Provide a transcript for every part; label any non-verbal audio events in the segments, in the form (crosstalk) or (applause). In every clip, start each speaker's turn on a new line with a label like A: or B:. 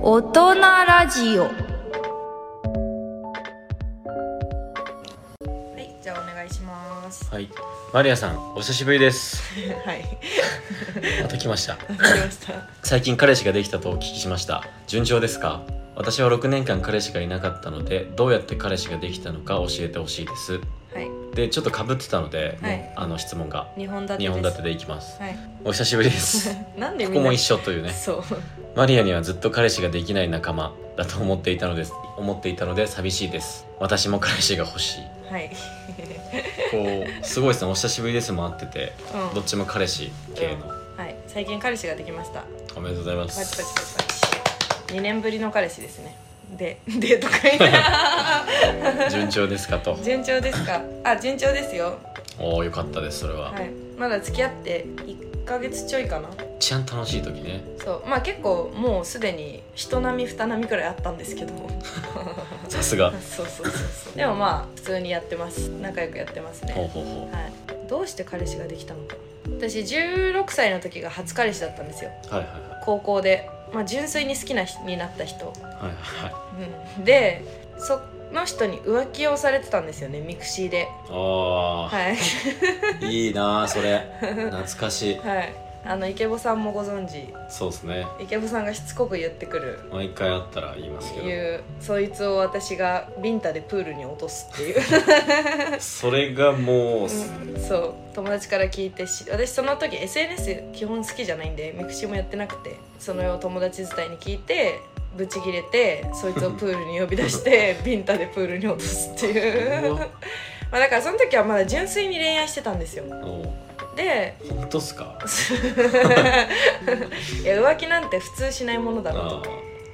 A: 大人ラジオはいじゃあお願いします
B: はい。マリアさん、お久しぶりです。
A: はい
B: また来ました。
A: わかりました
B: 最近彼氏ができたとお聞きしました。順調ですか私は6年間彼氏がいなかったので、どうやって彼氏ができたのか教えてほしいです。
A: はい
B: で、ちょっと被ってたので、
A: はい
B: もうあの質問が
A: 二本立てです
B: 2本立てでいきます。
A: はい
B: お久しぶ
A: (laughs)
B: りです。
A: なんでみ
B: こ
A: んな
B: こも一緒というね。
A: そう
B: マリアにはずっと彼氏ができない仲間だと思っていたのです。思っていたので寂しいです。私も彼氏が欲しい。
A: はい
B: こう、すごいですね。お久しぶりですもあってて、
A: うん
B: どっちも彼氏系の。
A: はい最近彼氏ができました
B: おめでとうございま
A: パチパチ
B: す。
A: パチパチ二年ぶりの彼氏ですねででとか言って
B: (laughs) 順調ですかと
A: 順調ですかあ順調ですよ
B: おおよかったですそれは、
A: はいまだ付き合って1ヶ月ちょいかな
B: 一番楽しい時ね
A: そうまあ結構もうすでに人並み二並みくらいあったんですけ
B: (laughs)
A: ど
B: さすが
A: そうそうそうそうでもまあ普通にやってます仲良くやってます
B: ほう
A: ね
B: ほうほ
A: はいどうして彼氏ができたのか私16歳の時が初彼氏だったんですよ
B: うはいは
A: 高校で、まあ、純粋に好きな人になった人、
B: いはいはいはい
A: うん、でその人に浮気をされてたんですよねミクシーで
B: あ
A: はい
B: ー、い、いなあそれ懐かしい
A: はいあの池ボさんもご存知
B: そうですね
A: 池ボさんがしつこく言ってくる
B: 毎回あったら言いますけど
A: いうそいつを私がビンタでプールに落とすっていう
B: それがもう、
A: うんそう友達から聞いてし私その時 SNS 基本好きじゃないんでミクシーもやってなくてその友達伝いに聞いてブチギレてそいつをプールに呼び出してビンタでプールに落とすっていうう
B: わ
A: まあだからその時はまだ純粋に恋愛してたんですよ
B: お
A: で
B: ー本当っすか
A: いや浮気なんて普通しないものだな
B: あ
A: と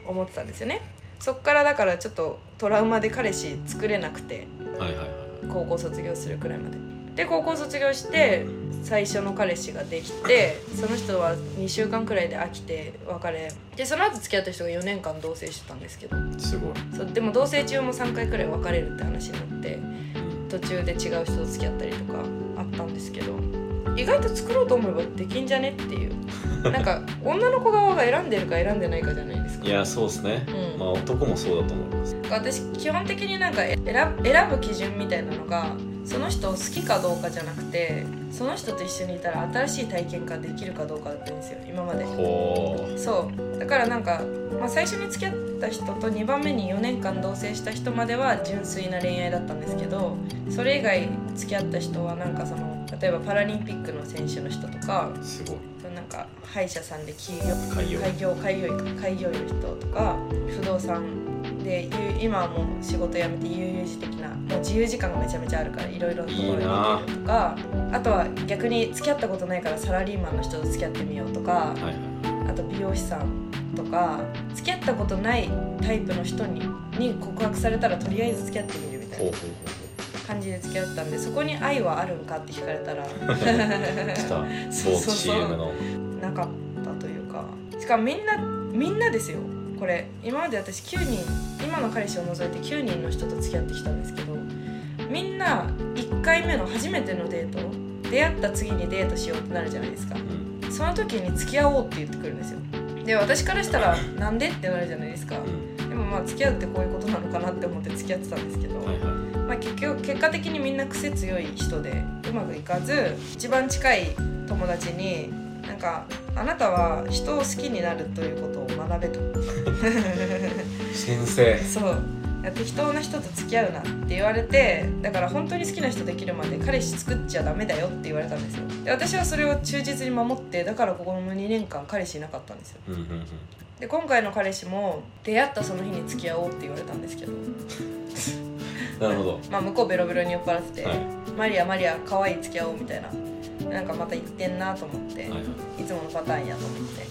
A: 思ってたんですよねそっからだからちょっとトラウマで彼氏作れなくて
B: ーはいはいはい
A: 高校卒業するくらいまでで高校卒業して最初の彼氏ができてその人は2週間くらいで飽きて別れでその後付き合った人が4年間同棲してたんですけど
B: すごい、
A: そうでも同棲中も3回くらい別れるって話になって
B: うん
A: 途中で違う人と付き合ったりとかあったんですけど意外と作ろうと思えばできんじゃねっていうなんか女の子側が選んでるか選んでないかじゃないですか
B: いやそうですね、
A: うん
B: まあ男もそうだと思います
A: 私基本的になんかえ選ぶ選ぶ基準みたいなのがその人を好きかどうかじゃなくてその人と一緒にいたら新しい体験ができるかどうかだったんですよ今まで
B: ほう
A: そうだからなんか、まあ、最初に付き合った人と2番目に4年間同棲した人までは純粋な恋愛だったんですけどそれ以外付き合った人はなんかその例えばパラリンピックの選手の人とか
B: すごい
A: そのなんか歯医者さんで企業
B: 海洋
A: 開業開業医か開業医の人とか不動産でゆ今はもう仕事辞めて悠々自適なもう自由時間がめちゃめちゃあるからいろいろところに行けるとかあとは逆に付き合ったことないからサラリーマンの人と付き合ってみようとか
B: はいはい
A: あと美容師さんとか付き合ったことないタイプの人にに告白されたらとりあえず付き合ってみるみたい
B: ほうほう
A: な感じで付き合ったんでそこに愛はあるんかって聞かれたら (laughs)
B: ほう (laughs) 来た
A: そうそうそう
B: 某 CM の
A: なかったというかしかもみんなみんなですよこれ今まで私9人今の彼氏を除いて9人の人と付き合ってきたんですけどみんな1回目の初めてのデート出会った次にデートしようってなるじゃないですか
B: うん
A: その時に付き合おうって言ってくるんですよで私からしたらなんでってなるじゃないですか
B: うん
A: でもまあ付き合うってこういうことなのかなって思って付き合ってたんですけど、
B: はいはい
A: まあ、結局結果的にみんな癖強い人でうまくいかず一番近い友達になんかあなたは人を好きになるということを学
B: (laughs)
A: べと
B: 先生
A: そう適当な人と付き合うなって言われてだから本当に好きな人できるまで彼氏作っちゃダメだよって言われたんですよで私はそれを忠実に守ってだからここの2年間彼氏いなかったんですよ
B: うんうんうん
A: で今回の彼氏も出会ったその日に付き合おうって言われたんですけど
B: なるほど
A: まあ向こうベロベロに酔っ払ってて、
B: はい
A: マリアマリア可愛い付き合おうみたいななんかまた言ってんなと思って、
B: はいはい
A: い、つものパターンやと思って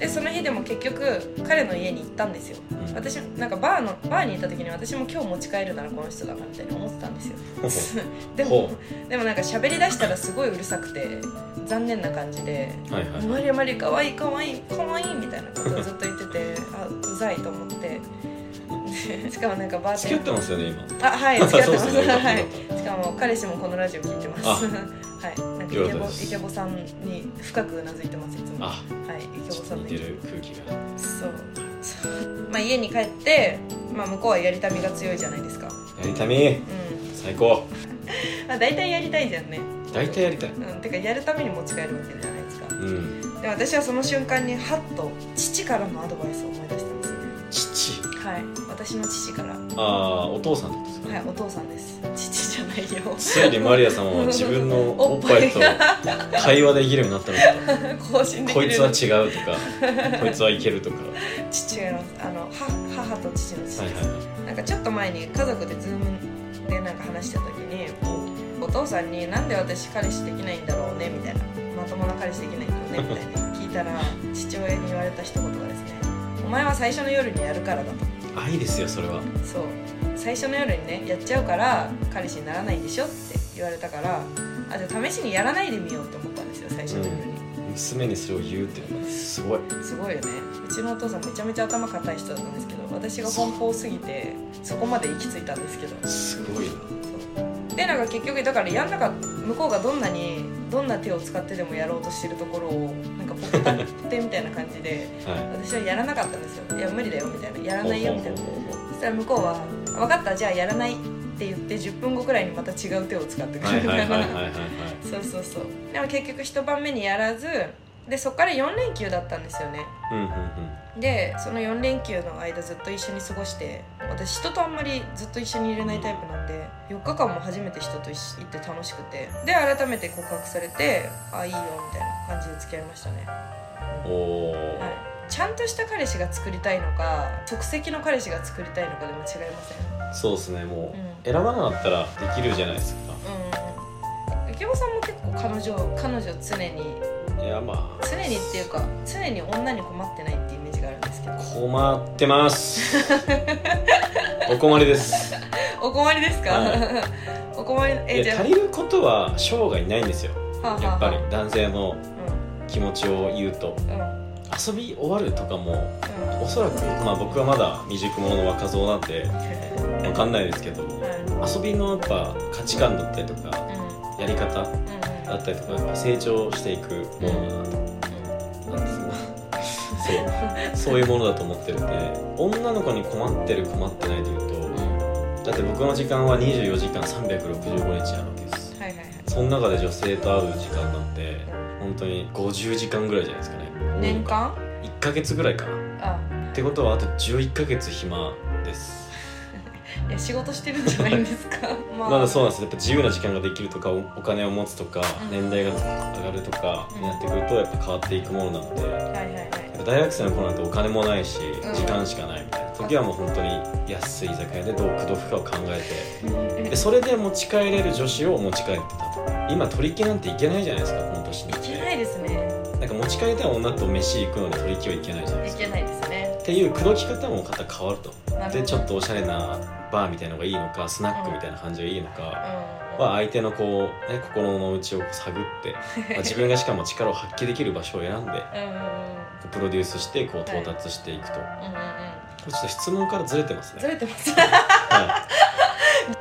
A: でその日でも結局彼の家に行ったんですよ
B: うん
A: 私なんかバーのバーにいた時に私も今日持ち帰るならこの人だなみたいに思ってたんですよ (laughs) でも
B: ほ
A: でもなんか喋りだしたらすごいうるさくて残念な感じで
B: はいはい
A: マリアマリアかわいいかわいいかわいいみたいなことをずっと言っててあうざいと思ってでしかもなんかバー
B: 付
A: テ
B: き合って
A: ン
B: ますよね今
A: あはい
B: (laughs)
A: 付き合ってます
B: そうです
A: (laughs)
B: ね
A: はいしかも彼氏もこのラジオ聞いてます。
B: あ
A: (laughs) はい、なんかイ
B: よ
A: ケ
B: かった
A: ボ
B: です
A: イケボさんに深くうなずいてますいつも。は
B: あ
A: い、イケボ
B: ちょっ
A: さ
B: と
A: んの
B: 似てる空気が
A: そう、そうあ、家に帰って、まあ、向こうはやりたみが強いじゃないですか、
B: やりたみ
A: う
B: 最高
A: んまあ、大体やりたいじゃんね、
B: 大体やりたい
A: うん、てかやるために持ち帰るわけじゃないですか
B: うん
A: で私はその瞬間にハッと父からのアドバイスを思い出したんですよね
B: 父
A: はい私の父からは
B: ああお父さんってことですかね
A: いお父さんです父じゃないよ
B: ついにマリアさんは自分のおっぱいと
A: おっぱ
B: 会話できるようになったのか
A: 更新でき
B: こ
A: る
B: いつは違うとかこいつはいけるとかは
A: 父のあのは母と父の父で
B: い
A: す、
B: はいは
A: なんかちょっと前に家族でズームでなんか話してた時にお父さんに「なんで私彼氏できないんだろうね」みたいな「まともな彼氏できないんだろうね」みたいな聞いたら父親に言われた一言がですね「お前は最初の夜にやるからだ」と
B: い愛ですよそれは
A: そう最初の夜にねやっちゃうから彼氏にならないんでしょって言われたからあじゃあ試しにやらないでみようって思ったんですよ最初の夜に、
B: 娘にそれを言うっていうのがすごい
A: すごいよねうちのお父さんめちゃめちゃ頭固い人だったんですけど私が奔放すぎてそこまで行き着いたんですけど
B: すごいな
A: でなんか結局だからやんなかった向こうがどんなにどんな手を使ってでもやろうとしてるところをなんかポケタってみたいな感じで
B: は
A: 私はやらなかったんですよいや無理だよみたいなやら
B: い
A: ないよみたいな
B: ほうほうほうほ
A: そしたら向こうは「分かったじゃあやらない」って言って10分後くらいにまた違う手を使って
B: う
A: く
B: は
A: れ
B: い
A: る
B: は
A: か
B: いはいはいはい
A: ら
B: はい
A: (laughs) そうそうそうでも結局一晩目にやらずでそっから4連休だったんですよね
B: うんうんうん
A: でその4連休の間ずっと一緒に過ごして私人とあんまりずっと一緒にいれないタイプなんで4日間も初めて人と一緒に行って楽しくてで改めて告白されてあいいよみたいな感じで付き合いましたね、は
B: おー
A: い、ちゃんとした彼氏が作りたいのか即席の彼氏が作りたいのかでも違いません
B: そうですねも
A: うん
B: う選ばなかったらできるじゃないですか
A: うん池本さんも結構彼女彼女常に
B: いやまあ
A: 常にっていうか常に女に困ってないっていうイメージがあるん
B: (laughs)
A: ですけど
B: 困ってます
A: (laughs)
B: お困りです
A: お困りですか、
B: は
A: (laughs) お困り
B: い
A: えじゃ
B: や足りることは生涯ないんですよ
A: あはあはあ
B: やっぱり男性の
A: う
B: 気持ちを言うと
A: んうん
B: 遊び終わるとかも
A: うん
B: おそらく、まあ、僕はまだ未熟者の若造なんで分かんないですけど遊びのやっぱ価値観だったりとかやり方だったりとかやっぱ成長していくものだなとなんですよそうそういうものだと思ってるんで女の子に困ってる困ってないというとだって僕の時間は24時間365日あるわけです
A: はいはいはい
B: その中で女性と会う時間なんて本当に50時間ぐらいじゃないですかね
A: 年間
B: 1ヶ月ぐらいかな
A: あ
B: ってことはあと11ヶ月暇です
A: いや仕事してるんじゃないんですかま
B: まだそうなんですやっぱ自由な時間ができるとかおお金を持つとか
A: うん
B: 年代が上がるとか
A: うん
B: になってくるとやっぱ変わっていくものなのでや
A: はいはいはい
B: っぱ大学生の頃なんてお金もないし
A: ん
B: 時間しかないみたいな時はもう本当に安い居酒屋でどう口説くかを考えてでそれで持ち帰れる女子を持ち帰ってたと今取り木なんていけないじゃないですかこの年に
A: いけないですね
B: なんか持ち帰りたい女と飯行くのに取り木はいけないじゃないで
A: い
B: すか
A: けないですね
B: っていう口説き方も方変わると
A: なるほど
B: でちょっとおしゃれなバーみたいのがいいのかスナックみたいな感じがいいのか、は相手のこう、ね、心の内をこう
A: (laughs)
B: 探って、まあ自分がしかも力を発揮できる場所を選
A: う
B: んで
A: んうんうんうん
B: プロデュースしてこう到達していく
A: う
B: と、
A: んうん
B: これちょっと質問からずれてます
A: ず
B: ね
A: れてます
B: は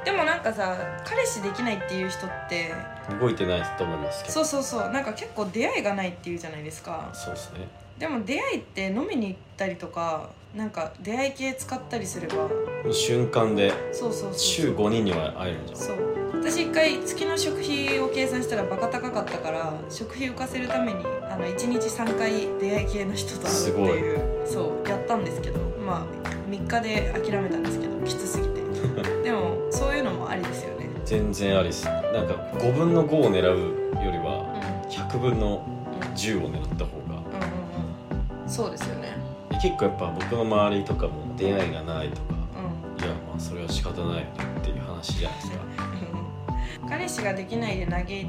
A: でもなんかさ彼氏できないっていう人って
B: い動いてないと思いますけど
A: そうそうそうなんか結構出会いがないっていうじゃないですか
B: そうですね
A: でも出会いって飲みに行ったりとかなんか出会い系使ったりすれば
B: もう瞬間で
A: そうそうそう
B: 週5人には会えるんじゃん
A: そう私一回月の食費を計算したらバカ高かったから食費浮かせるためにあの1日3回出会い系の人と会うっていうそうやったんですけどまあ3日で諦めたんですけどきつすぎて (laughs) でもそういうのもありですよね
B: 全然ありですなんか5分の5を狙うより
A: う
B: は
A: ん
B: 100分の
A: うん
B: 10を狙った方が
A: うんうんうんそうですよね
B: で結構やっぱ僕の周りとかも出会いがないとか
A: うん
B: いやまあそれは仕方ないよねっていう話じゃないですか
A: (laughs) 彼氏ができないで嘆いてる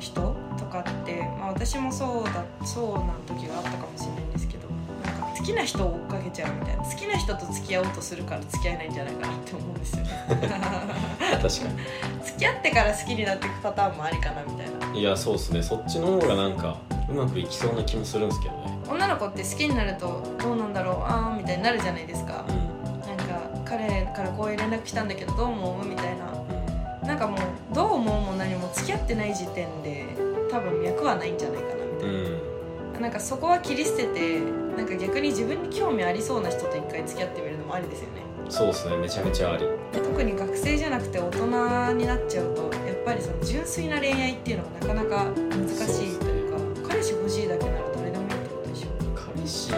A: 人とかって、まあ、私もそうだそうな時があったかもしれないんですけどなんか好きな人を追っかけちゃうみたいな好きな人と付き合おうとするから付き合えないんじゃないかなって思うんですよね (laughs)
B: 確かに
A: 付き合ってから好きになっていくパターンもありかなみたいない
B: やそうっすねそっちの方がなんかうまくいきそうな気もするんですけどね
A: 女の子って好きになるとどうなんだろうあーみたいになるじゃないですか
B: うん
A: なんか彼からこういう連絡来たんだけどどう思うみたいな
B: うん
A: なんかもうどう思うも何も付き合ってない時点で多分脈はないんじゃないかなみたいな、
B: うん
A: なんかそこは切り捨ててなんか逆に自分に興味ありそうな人と一回付き合ってみるのもありですよね
B: そうですねめちゃめちゃあり
A: 特に学生じゃなくて大人になっちゃうとやっぱりその純粋な恋愛っていうのがなかなか難しいというか彼氏欲しいだけなら誰でもいいってことでしょ
B: 彼氏い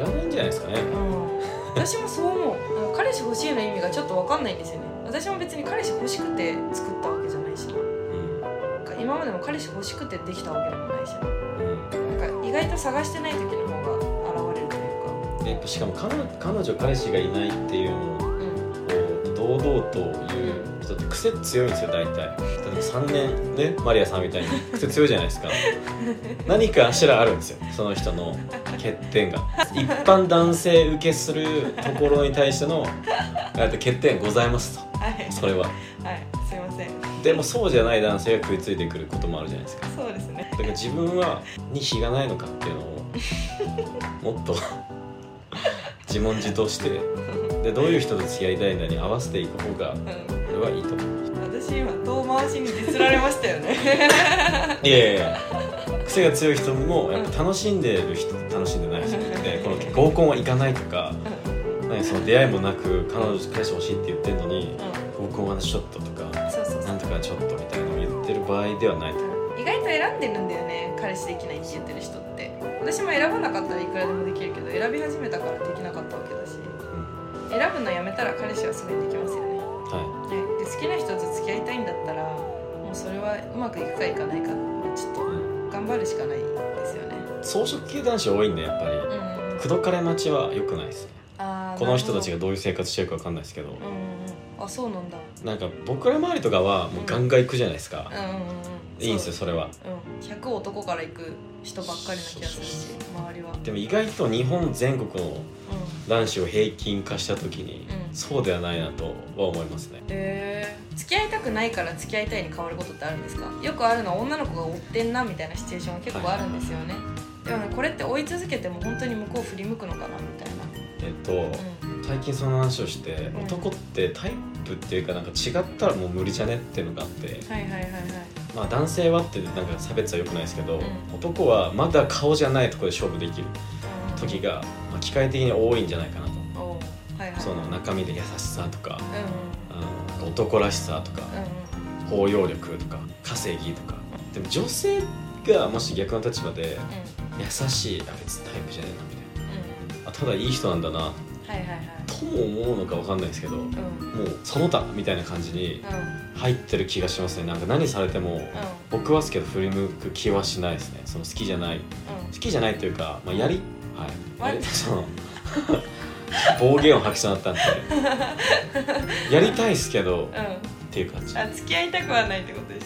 B: らないんじゃないですかね
A: うん (laughs) 私もそう思うなんか彼氏欲しいの意味がちょっと分かんないんですよね私も別に彼氏欲しくて作ったわけじゃないしな
B: うん
A: なんか今までも彼氏欲しくてできたわけでもないしな
B: うん
A: なんか意外と探してない時の方が現れるというか
B: でやっぱしかも彼女彼女彼氏がいないっていうのをこ
A: うん
B: う堂々と言う人って癖強いんですよ大体例えば3年ねマリアさんみたいに癖強いじゃないですか何かしらあるんですよその人の欠点が一般男性受けするところに対してのえっと欠点ございますと
A: はい
B: それは
A: はいすいません
B: でもそうじゃない男性が食いついてくることもあるじゃないですか
A: そうですね
B: だから自分はに非がないのかっていうのを (laughs) もっと自問自答してでどういう人と付き合いたいんだに合わせていく方が
A: うん
B: 俺はいいと思う
A: 私今遠回しにディスられましたよ
B: (laughs)
A: ね
B: いやいやいや癖が強い人もやっぱ楽しんでる人と楽しんでない人ってこの合コンは行かないとか何その出会いもなく彼女彼氏欲しいって言ってるのに
A: う
B: 合コンはちょっととか
A: んそうそうそ
B: な
A: うん
B: とかちょっとみたいなのを言ってる場合ではないと
A: 意外と選んでるんだよね彼氏できないって言ってる人って私も選ばなかったらいくらでもできるけど選び始めたからできなかったわけだし
B: うん
A: 選ぶのやめたら彼氏はすぐにできますよね
B: は
A: で好きな人と付き合いたいんだったらもうそれはうまくいくかいかないかちょっ
B: い、
A: と
B: うん
A: 頑張るしかないですよね
B: 草食系男子多いんでやっぱり
A: うん
B: 口説かれ待ちは良くないですね
A: あー
B: この人たち
A: な
B: が
A: る
B: どういう生活してるか分かんないですけど
A: ほどうんうんあそうなんだ
B: なんか僕ら周りとかはもうガンガン行くじゃないですか
A: うん、うんうんうん
B: いいんですよ
A: そ
B: それは
A: ううん100男から行く人ばっかりな気がするし
B: そう
A: 周りは
B: でも意外と日本全国の
A: うん
B: 男子を平均化した時に、
A: うん
B: そうではないなとは思いますね
A: えー、付き合いたくないから付き合いたいに変わることってあるんですかよくあるのは女の子が追ってんなみたいなシチュエーションは結構あるんですよね、でもねこれって追い続けても本当に向こう振り向くのかなみたいな
B: えっと最近その話をして
A: うん
B: 男ってタイプっていうかなんか違ったらもう無理じゃねっていうのがあって
A: はいはいはいはい
B: まあ男性はってなんか差別は良くないですけど、
A: うん
B: 男はまだ顔じゃないところで勝負できる
A: うん
B: 時が、まあ、機械的に多いんじゃないかなと
A: おうはいはい
B: その中身で優しさとか
A: うんうん
B: あの男らしさとか
A: う
B: 包容力とか稼ぎとかでも女性がもし逆の立場で
A: ん
B: 優しいあ別にタイプじゃねえ
A: うん
B: なみたいなあただいい人なんだな
A: うんはいはいはい
B: とも思うのか分かんないですけども
A: うんうん
B: うその他みたいな感じに
A: う
B: 入ってる気がしますねなんか何されても
A: ん
B: 僕はですけど振り向く気はしないですねその好きじゃない好きじゃないというか、まあ、やりはいやりその (laughs) 暴言を吐きそうになったんでやりたいですけど
A: うんうん
B: っていう感じ
A: あ付き合いたくはないってことでし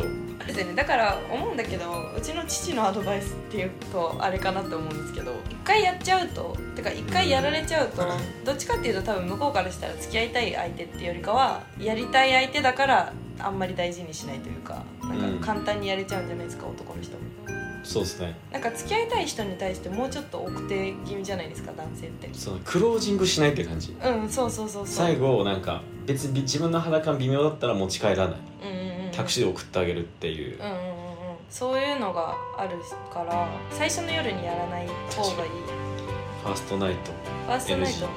A: ょ
B: そう
A: ですよねだから思うんだけどうちの父のアドバイスっていうとあれかなって思うんですけど一回やっちゃうとてか一回やられちゃうとどっちかっていうと多分向こうからしたら付き合いたい相手っていうよりかはやりたい相手だからあんまり大事にしないというかなんか簡単にやれちゃうんじゃないですか、男の人も
B: そうですね
A: なんか付き合いたい人に対してもうちょっと奥手気味じゃないですか男性って
B: そのクロージングしないって感じ
A: うんそうそうそうそう
B: 最後なんか別に自分の肌感微妙だったら持ち帰らな
A: う
B: い
A: んうんうん
B: タクシーで送ってあげるっていう
A: うんうんうんうんそういうのがあるから最初の夜にやらない方がいい
B: ファーストナイト
A: ファーストナイト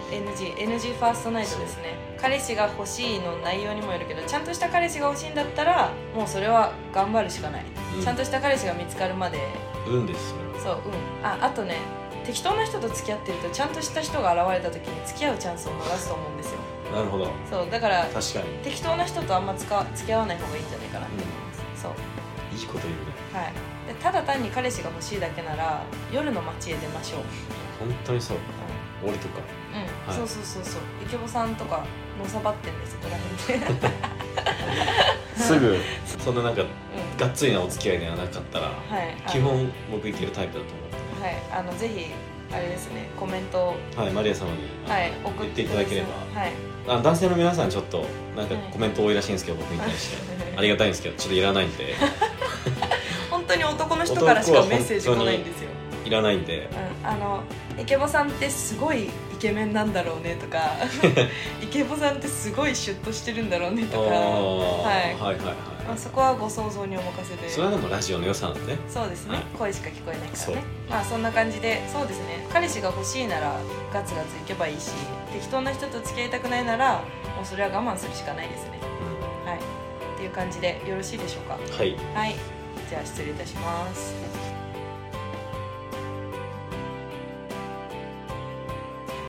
A: NGNG ファーストナイトですね彼氏が欲しいの内容にもよるけどちゃんとした彼氏が欲しいんだったらもうそれは頑張るしかない、
B: うん
A: ちゃんとした彼氏が見つかるまで
B: 運ですそれは
A: そううんああとね適当な人と付き合ってるとちゃんとした人が現れた時に付き合うチャンスを逃すと思うんですよ
B: なるほど
A: そうだから
B: 確かに、
A: 適当な人とあんまつか付き合わない方がいいんじゃないかなって思いますそう
B: うん、いいこと言うね
A: はいでただ単に彼氏が欲しいだけなら夜の街へ出ましょう
B: 本当にそう俺とか
A: うん、
B: はい
A: そうそうそうそうイケボさんとかのさばってんですここら辺で
B: すぐそんななんか
A: う
B: がっつりなお付き合いではなかったら
A: んはいあの
B: 基本僕いけるタイプだと思
A: はいあのぜひあれですねコメントを
B: うはいマリア様に、
A: はい送
B: 言っていただければ
A: はい
B: あの男性の皆さんちょっとなんか
A: はい
B: コメント多いらしいんですけど、僕に対
A: (laughs)
B: してありがたいんですけどちょっといらないんで
A: 本当に男の人からしかメッセージ来ないんですよ、
B: いらないんで
A: うん、あのイケボさんってすごいイケメンなんだろうねと
B: (laughs)
A: かイケボさんってすごいシュッとしてるんだろうねとか
B: あー
A: はい
B: はいはいはい
A: まあ、そこはご想像にお任せで
B: それはでもラジオの良さなんでね
A: そうですね、
B: はい
A: 声しか聞こえないか
B: そう
A: らねまあそんな感じでそうですね彼氏が欲しいならガツガツいけばいいし適当な人と付き合いたくないならもうそれは我慢するしかないですねはいっていう感じでよろしいでしょうか
B: うんはい
A: はいじゃあ失礼いたします